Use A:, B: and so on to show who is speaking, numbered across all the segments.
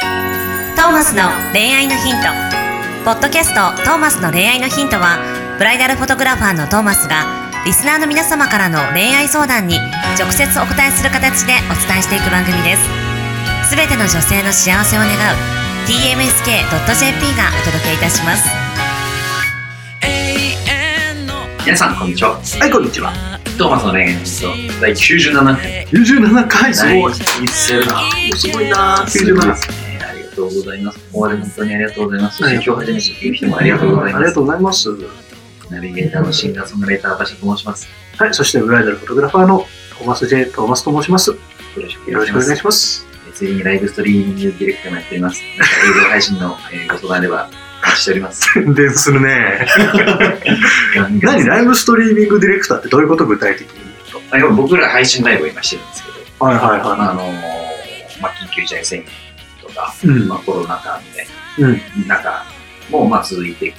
A: トーマスの恋愛のヒント」ポッドキャスト「トーマスの恋愛のヒントは」ブライダルフォトグラファーのトーマスがリスナーの皆様からの恋愛相談に直接お答えする形でお伝えしていく番組ですすべての女性の幸せを願う tmsk.jp がお届けいたします
B: 皆さんこんにちは。
C: はい、こんにちは。
B: トーマスの恋愛の実況第97回。
C: 97回、 すごい。
B: いするな。
C: すごいな
B: す
C: 97
B: ごいですね。ありがとうございます。ここまで本当にありがとうございます。そして今日初めて聞いてもありがとうござい
C: あり
B: ま
C: が
B: す。
C: とうございます。
B: ナビゲーターのシンガーソングライター、私と申します。
C: はい、そしてブライダルフォトグラファーのトーマス J. トーマスと申します。よ
B: よろしくお願
C: ろ
B: い
C: し
B: し
C: くお
B: ま
C: 願い
B: す。
C: します。
B: ついにライブストリーミングディレクターもやっています。映像配信のえーご相談ではお待ちしております。
C: 宣伝するね。 何、ライブストリーミングディレクターってどういうこと具体的に
B: あ今僕ら配信ライブを今してるんですけど、
C: はいはい
B: まああ
C: は
B: のーまあ、緊急事態宣言とか、
C: い。うん
B: まあ、コロナ禍みたいな。
C: うん。
B: 中もまあ続いていく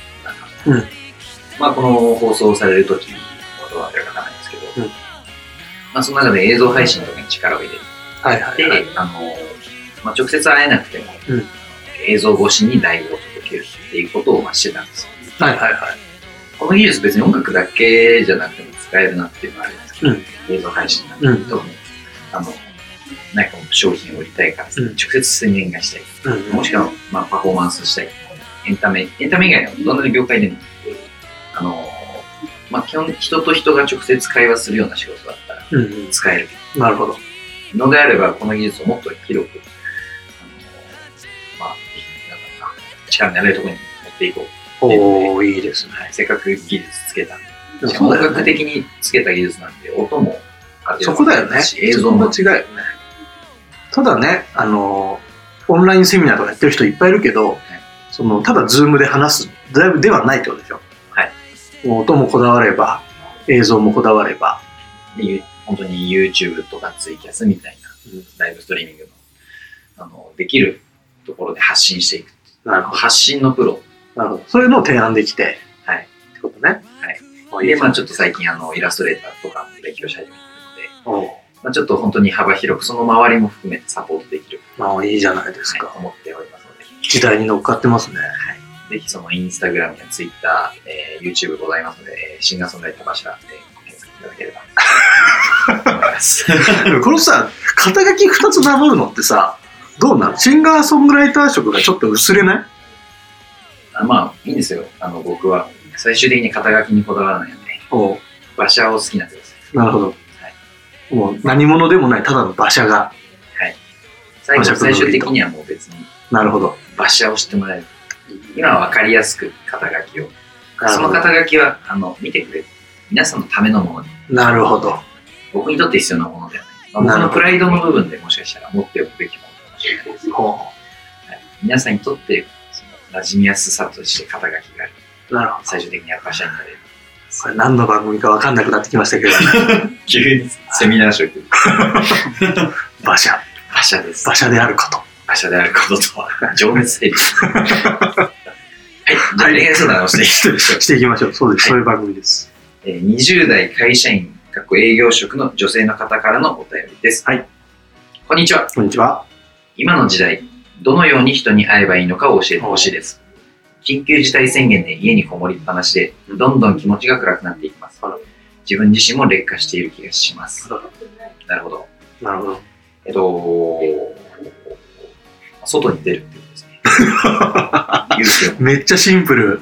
B: 中、
C: うん
B: まあ、この放送される時のことはやらないんですけど、
C: うん
B: まあ、その中で映像配信とかに力を入れて、
C: はいはいはい。
B: あのまあ、直接会えなくても、
C: うん
B: 映像越しにライブを届けるっていうことをまあしてたんですよ
C: はいはいはい。
B: この技術別に音楽だけじゃなくても使えるなっていうのはありますけど、
C: うん
B: 映像配信なんだけど、あのなんか商品を売りたいから、
C: うん
B: 直接宣伝がしたい
C: うん
B: もしくは、まあ、パフォーマンスしたり、エンタメ、エンタメ以外のどんな業界でも、あのー、まあ、基本、人と人が直接会話するような仕事だったら
C: うんうん。
B: 使える
C: なるほど。
B: のであれば、この技術をもっと広く、あのーまあ、なんだろうな、力になれるところに持っていこう。
C: おー、いいですね。
B: はい、せっかく技術つけたんで。しかも
C: そう
B: 音
C: だよ
B: 楽
C: ね。
B: 的につけた技術なんで、音もある程
C: そ
B: 度
C: こだよね。
B: 映像も。
C: そこが違うよね。ただね、あの、オンラインセミナーとかやってる人いっぱいいるけど、その、ただズームで話すライブではないってことでしょ。
B: はい。
C: 音もこだわれば、映像もこだわれば。
B: でゆ本当に YouTube とかツイキャスみたいな
C: うん、
B: ライブストリーミングの、あの、できるところで発信していく。
C: なるほ
B: 発信のプロ。
C: ど。なるほど。そういうのを提案できて、
B: はい。
C: ってことね。はい
B: で、まあちょ
C: っ
B: っと最近、あの、イラストレーターとかも勉強し始めてるので、
C: と。おう
B: まあちょっと本当に幅広く、その周りも含めてサポートできる
C: まあ、いいじゃないです
B: とか
C: か。
B: 思っておりますので、
C: 時代に乗っかってますね。
B: ぜひそのインスタグラムやツイッター、えー、YouTube ございますので、えーシンガーソングライター柱でご検索いただけ れば。と思います。
C: このさ、肩書き2つダブるのってさ、どうなのシンガーソングライター色がちょっと薄れない
B: あまあいいんですよ。あの、僕は最終的に肩書きにこだわらないので、
C: おう
B: 馬車を好きなんです。
C: なるほど。もう何者でもないただの馬車が。
B: 最後
C: 馬車
B: 最終的にはもう別に
C: なるほど。
B: 馬車を知ってもらえる。今は分かりやすく肩書きを。その
C: 方
B: 肩書きは、あの、見てくれる。皆さんのためのもので、
C: なるほど。
B: 僕にとって必要なものではない。まあ僕の
C: なるほど
B: プライドの部分でもしかしたら持っておくべきものかもしれないです。
C: ほ
B: 皆さんにとって、その馴染みやすさとして肩書きがある。
C: うなるほど。
B: 最終的には馬車になれる。
C: これ何の番組か分かんなくなってきましたけど、
B: 急にセミナー職。
C: 馬車、
B: 馬車です
C: 馬。車であること。
B: 馬車であることとは、情熱的。はい、じゃあ恋愛相談をしていきましょう
C: していきましょう。そうです。
B: はい
C: そういう番組です。
B: えー20代会社員、かっこ営業職の女性の方からのお便りです。
C: はい。
B: こんにちは。
C: こんにちは。
B: 今の時代、どのように人に会えばいいのかを教えてほしいです。緊急事態宣言で家にこもりっぱなしで、どんどん気持ちが暗くなっていきます
C: あら。
B: 自分自身も劣化している気がします
C: あら。
B: なるほど。
C: なるほど。
B: えっと、外に出るってことです ね。勇気を
C: めっちゃシンプル。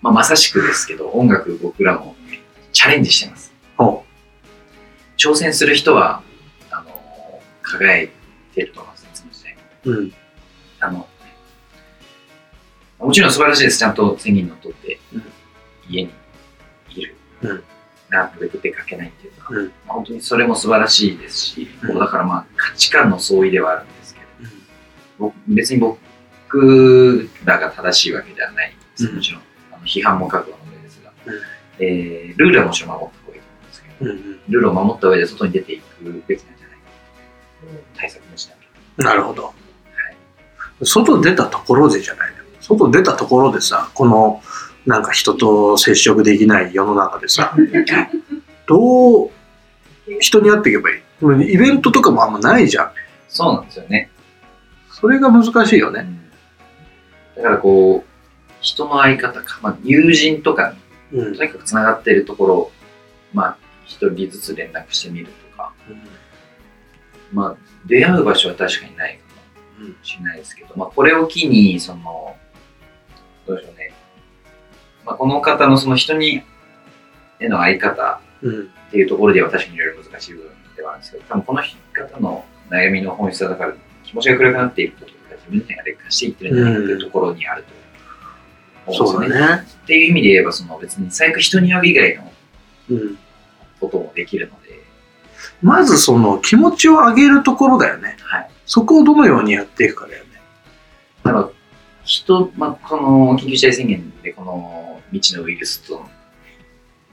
B: まあ、まさしくですけど、音楽僕らもチャレンジしてます。
C: ほ
B: 挑戦する人は、あの、輝いてると思います、いつの時代。
C: う。うん。
B: あの、もちろん素晴らしいです。ちゃんと宣言のとって
C: うん、
B: 家にいる。
C: うん
B: なるべく出かけないっていうのは、
C: うん
B: まあ本当にそれも素晴らしいですし、
C: うん
B: 僕だからまあ価値観の相違ではあるんですけど、僕別に僕らが正しいわけではないです。
C: うん
B: もちろん、あの批判も覚悟の上ですが、
C: うん
B: えールールはもちろん守った方がいいと思うんですけど、
C: うんうん。
B: ルールを守った上で外に出ていくべきなんじゃないかと対策もしなきゃ。
C: なるほど。外出たところでじゃないの外出たところでさ、この、なんか人と接触できない世の中でさ、どう人に会っていけばいいイベントとかもあんまないじゃん。
B: そうなんですよね。
C: それが難しいよね。
B: だからこう、人の相方か、まあ、友人とか
C: う
B: に
C: ん
B: とにかくつながっているところを、まあ、一人ずつ連絡してみるとか、まあ、出会う場所は確かにないかもしれないですけど、まあ、これを機に、その、どうでしょうね。まあ、この方のその人に、への相方
C: うん
B: っていうところでは確かにいろいろ難しい部分ではあるんですけど、多分この方の悩みの本質はだから気持ちが暗くなっていることとか自分自身が劣化していってるんだなっていうところにあると思うん
C: そ
B: です
C: う
B: よね。
C: だね。
B: っていう意味で言えばその別に最悪人に会う以外の
C: うん
B: こともできるので、
C: まずその気持ちを上げるところだよね。
B: はい。
C: そこをどのようにやっていくかだよね。
B: だから人、まあ、この緊急事態宣言でこの未知のウイルスと、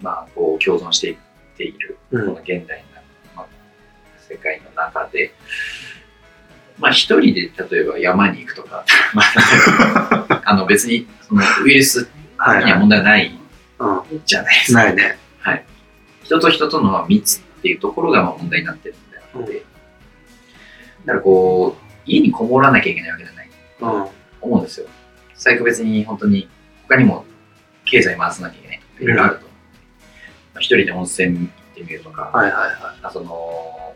B: まあ、こう共存していっている
C: う
B: この
C: ん
B: 現代の、まあ、世界の中で、まあ、一人で例えば山に行くとか、 まあ例えば、あの別にそのウイルスに
C: はい
B: は問題ない
C: は
B: じゃないで
C: い。
B: すか。
C: ないね。
B: 人と人との密っていうところがまあ問題になってるみたいなので、だからこう、家にこもらなきゃいけないわけじゃない
C: うん。
B: 思うんですよ。最悪別に本当に他にも経済回さなきゃいけない。いろいろあると。まあ一人で温泉行ってみるとか、
C: はいはいは
B: あその、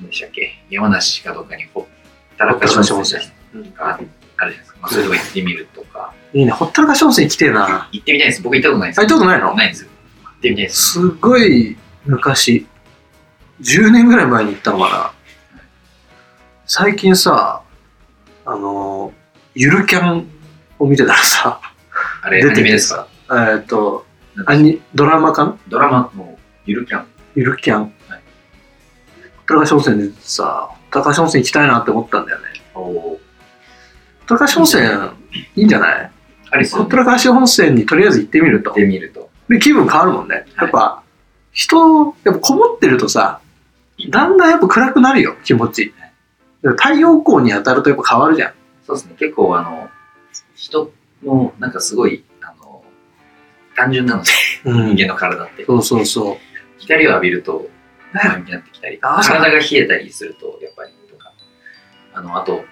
B: 何でしたっけ、山梨かどっかにほったらかし温泉とかあるじゃないですか。まあ、そういうとこ行ってみるとか。
C: い。いいね。ほったらかし温泉来てえな。
B: 行ってみたいです。僕行ったことないです。
C: あ行ったことないの
B: ないんですよ。行ってみたいです。
C: すごい昔、10年ぐらい前に行ったのかな。最近さ、あの、ゆるキャンを見てたらさ、
B: あれ、
C: 出
B: アニ
C: て
B: メ
C: き
B: で
C: て
B: すか
C: さ、えーっと、
B: なんか
C: アニドラマかな
B: ドラマのゆるキャン。
C: ゆるキャン。
B: はい
C: 高橋温泉でさ、高橋温泉行きたいなって思ったんだよね。高橋温泉、いいんじゃない
B: ありそう。
C: ほっ
B: 行
C: たらかし温泉にとりあえず行ってみると
B: っ。てみると。
C: で、気分変わるもんね。
B: はい
C: やっぱ、人、やっぱこもってるとさ、だんだんやっぱ暗くなるよ、気持ち。でも太陽光に当たるとやっぱ変わるじゃん。
B: そうですね、結構あの、人もなんかすごい、あの、単純なので、
C: う
B: 人間の体って。
C: そうそうそう。
B: 光を浴びると、
C: ね
B: 前になってきたり、
C: あそう
B: 体が冷えたりすると、やっぱりとか、あの、あと、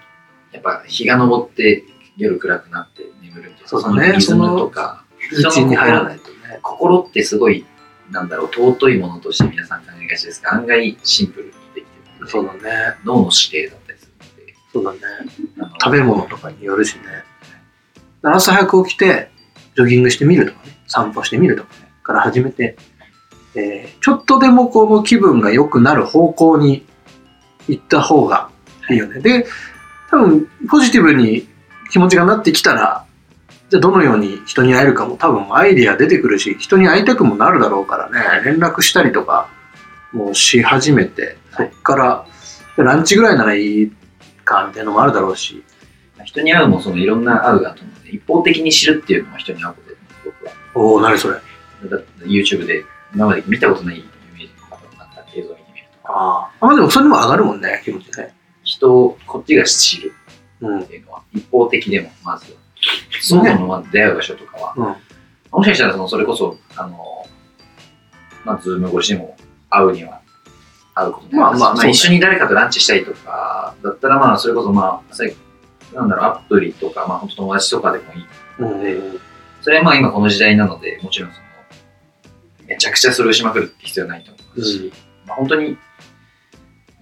B: やっぱ日が昇って夜暗くなって眠るみたいな、
C: そうだね
B: リズムとか、
C: ルーチンに入らないとね。
B: 心ってすごい、なんだろう、尊いものとして皆さん考えがちですが、案外シンプルにできてる。
C: そうだね。
B: 脳の指令だったりするので、
C: そうだね。
B: あの
C: 食べ物とかによるしね。朝早く起きて、ジョギングしてみるとかね、散歩してみるとかね、から始めて、えーちょっとでもこう気分が良くなる方向に行った方がいいよね。で、多分ポジティブに気持ちがなってきたら、じゃあどのように人に会えるかも多分アイディア出てくるし、人に会いたくもなるだろうからね、連絡したりとかもうし始めて、そっから、ランチぐらいならいいかみたいなのもあるだろうし、
B: 人に会うもそのいろんな会うがあと思うので一方的に知るっていうのも人に会うことで僕は
C: おお、なにそれ。
B: だって YouTube で今まで見たことないイメージの方のなんか映像を見てみると
C: ああ。まあでもそれでも上がるもんね、気持ちね。
B: 人をこっちが知る
C: うん
B: っ。ていうのは一方的でもまずはそもそもまず出会う場所とかは、
C: うん。
B: もしかしたらそのそれこそあのまあズーム越しでも会うには会うことになりす
C: まあまあそうね
B: 一緒に誰かとランチしたいとかだったらまあそれこそまあ最なんだろうアプリとかまあ本当友達とかでもいい
C: うん。
B: それはまあ今この時代なので、もちろんその、めちゃくちゃそれをしまくるって必要はないと思うし、まあ、本当に、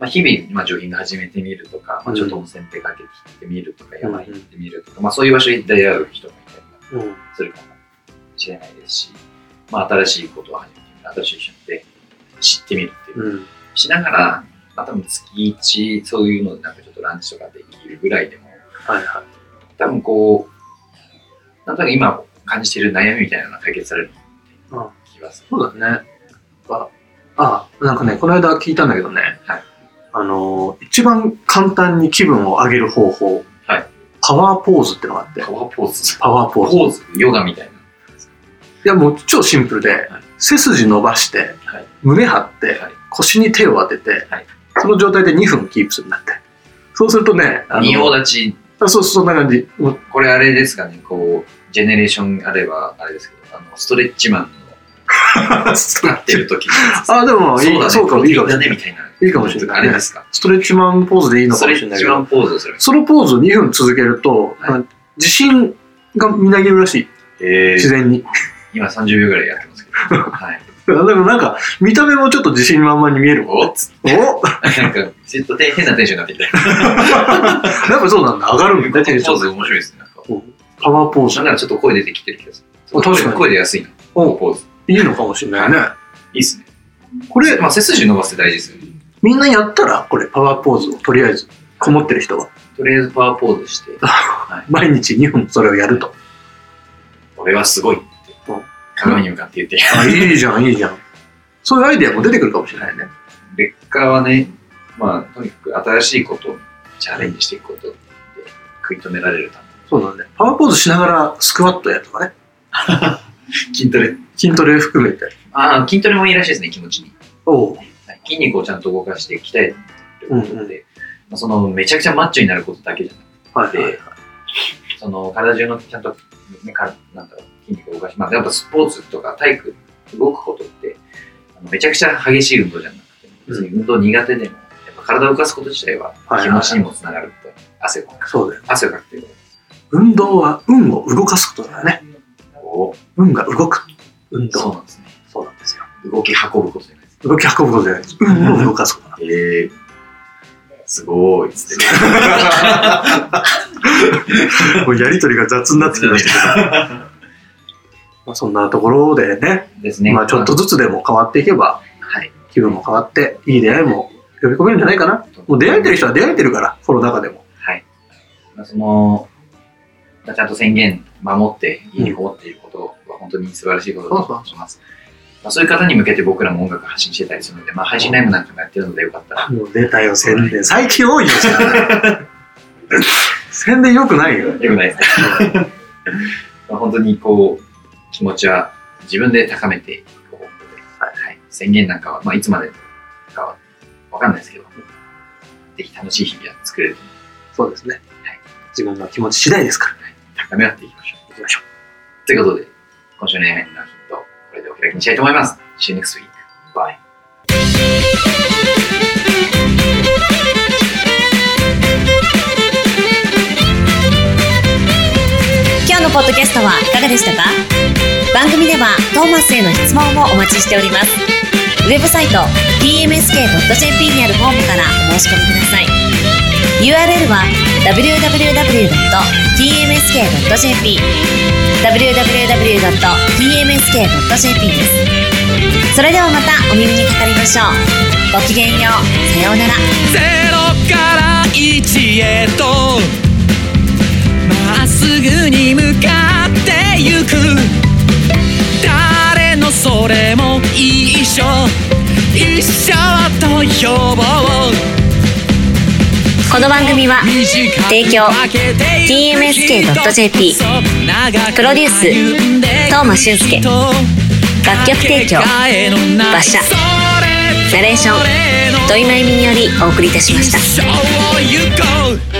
B: まあ、日々、まあ、ジョギング始めてみるとか、まあ、ちょっと温泉出かけて行ってみるとか、山行ってみるとか、まあ、そういう場所に出会う人もいたり
C: うん。
B: するかもしれないですし、まあ、新しいことを始めてみる、新しい人で知ってみるっていう、
C: うん。
B: しながら、まあ、多分月1、そういうのでなんかちょっとランチとかできるぐらいでも、
C: はいはい。
B: 多分こう、なんとなく今感じている悩みみたいなのが解決される気がする。
C: そうだね。あ、ああなんかね、この間聞いたんだけどね。
B: はい。
C: あのー、一番簡単に気分を上げる方法。
B: はい。
C: パワーポーズってのがあって。
B: パワーポーズ。
C: パワーポ
B: ポ
C: ーズ。い
B: ーズ、ヨガみたいな。
C: や、もう超シンプルで、
B: はい
C: 背筋伸ばして、
B: はい
C: 胸張って、
B: はい
C: 腰に手を当てて、
B: はい
C: その状態で2分キープするんだって。そうするとね、あの
B: 仁王立ち、
C: あそうそう、そんな感じ。もう
B: これあれですかね、こう、ジェネレーションあれば、あれですけど、あの、ストレッチマンの使ってる時に。
C: あ、でも、い
B: そう
C: い
B: だね、
C: そうかも、いいかもし
B: だ
C: れ
B: ね、
C: な
B: み
C: い。
B: たいな。
C: いいかもしれない
B: あれですか。
C: ストレッチマンポーズでいいの
B: そ
C: かも
B: れ
C: しれない
B: 一
C: けど、
B: 番ポーズをする。
C: そのポーズを2分続けると、
B: は
C: 自信がみなぎるらしい。
B: え
C: 自
B: ー、
C: 然に。
B: 今30秒ぐらいやってますけど。はい。
C: でもなんか、見た目もちょっと自信満々に見えるわ。
B: おっつ
C: おや
B: なんか、ちょっと変なテンションになってきた。
C: っぱそうなんだ。上がるんだね、テンシ
B: ポーズ
C: ョン
B: 面白いですね。なんか
C: パワーポー
B: な
C: ズ
B: ん。かちょっと声出てきてる気がする。
C: あ確かに
B: 声出やすいな。
C: お
B: ポーズ。
C: いいのかもしれないね。
B: いいっすね。
C: これ、
B: まあ、背筋伸ばして大事ですよね。
C: みんなやったら、これ、パワーポーズを、とりあえず、こもってる人は、
B: とりあえずパワーポーズして、
C: 毎日2分それをやると。
B: 俺はすごいって
C: うん、
B: 鏡に向かって言って。
C: あ、いいじゃん、いいじゃん。そういうアイデアも出てくるかもしれないね。
B: 劣化はね、まあ、とにかく新しいことをチャレンジしていくことで食い止められるため。
C: そうだね。パワーポーズしながら、スクワットやるとかね。
B: 筋トレ。
C: 筋トレ含めて。
B: ああ、筋トレもいいらしいですね、気持ちに。
C: おう。
B: はい筋肉をちゃんと動かして鍛えることで、まあそのめちゃくちゃマッチョになることだけじゃなく
C: はい、
B: て、その体中のちゃんと、ね、かなんだろう筋肉を動かし、まあ、やっぱスポーツとか体育動くことってあのめちゃくちゃ激しい運動じゃなくて別に運動苦手でもやっぱ体を動かすこと自体は
C: はい
B: 気持ちにもつながるって、汗をかく
C: そうだよ。
B: 汗をかくっていうこ
C: 運動は、運を動かすことだよね。
B: とを
C: 運が動く。運
B: そう
C: 動。
B: なんですね
C: そうなんですよ。
B: 動き運ぶことじゃないです
C: 動き運ぶことじゃないです。運を動かすことなんで
B: へえすごいっつって
C: す。 もうやりとりが雑になってきましたけど。まあそんなところでね、
B: ですね
C: まあちょっとずつでも変わっていけば、
B: はい
C: 気分も変わって、いい出会いも呼び込めるんじゃないかな。もう出会えてる人は出会えてるから、コロナ禍でも。
B: はい。まあその、まあちゃんと宣言守って、家にこもっていることは本当に素晴らしいことだと思います。まあ、そういう方に向けて僕らも音楽発信してたりするので、まあ、配信ライブなんかもやってるのでよかったら、
C: もう出たよ、宣伝。最近多いよ、宣伝。 宣伝良くないよ。
B: よくないです かまあ本当にこう、気持ちは自分で高めていこうので、はい、宣言なんかは、まあ、いつまでかはわかんないですけど、ぜひ楽しい日々は作れると思う
C: そうですね
B: はい。
C: 自分の気持ち次第ですから。
B: 高め合っていきましょう。
C: 行きましょ
B: ということで、今週の悩みのヒント、これでお開きにしたいと思います。See you next week. Bye.
A: Podcast 今日のポッドキャストはいかがでしたか番組ではトーマスへの質問もお待ちしておりますウェブサイト tmsk.jp にあるフォームからお申し込みください URL は www.tmsk.jp www.tmsk.jp ですそれではまたお耳にかかりましょうごきげんようさようなら
D: ゼロから一へとまっすぐに向かってゆく誰のそれも一緒一緒と呼ぼう
A: この番組は提供 TMSK.jp プロデュー
D: ス
A: 東間俊介楽曲提供馬車ナレーション土井真由美によりお送りいたしました
D: 一生を行こう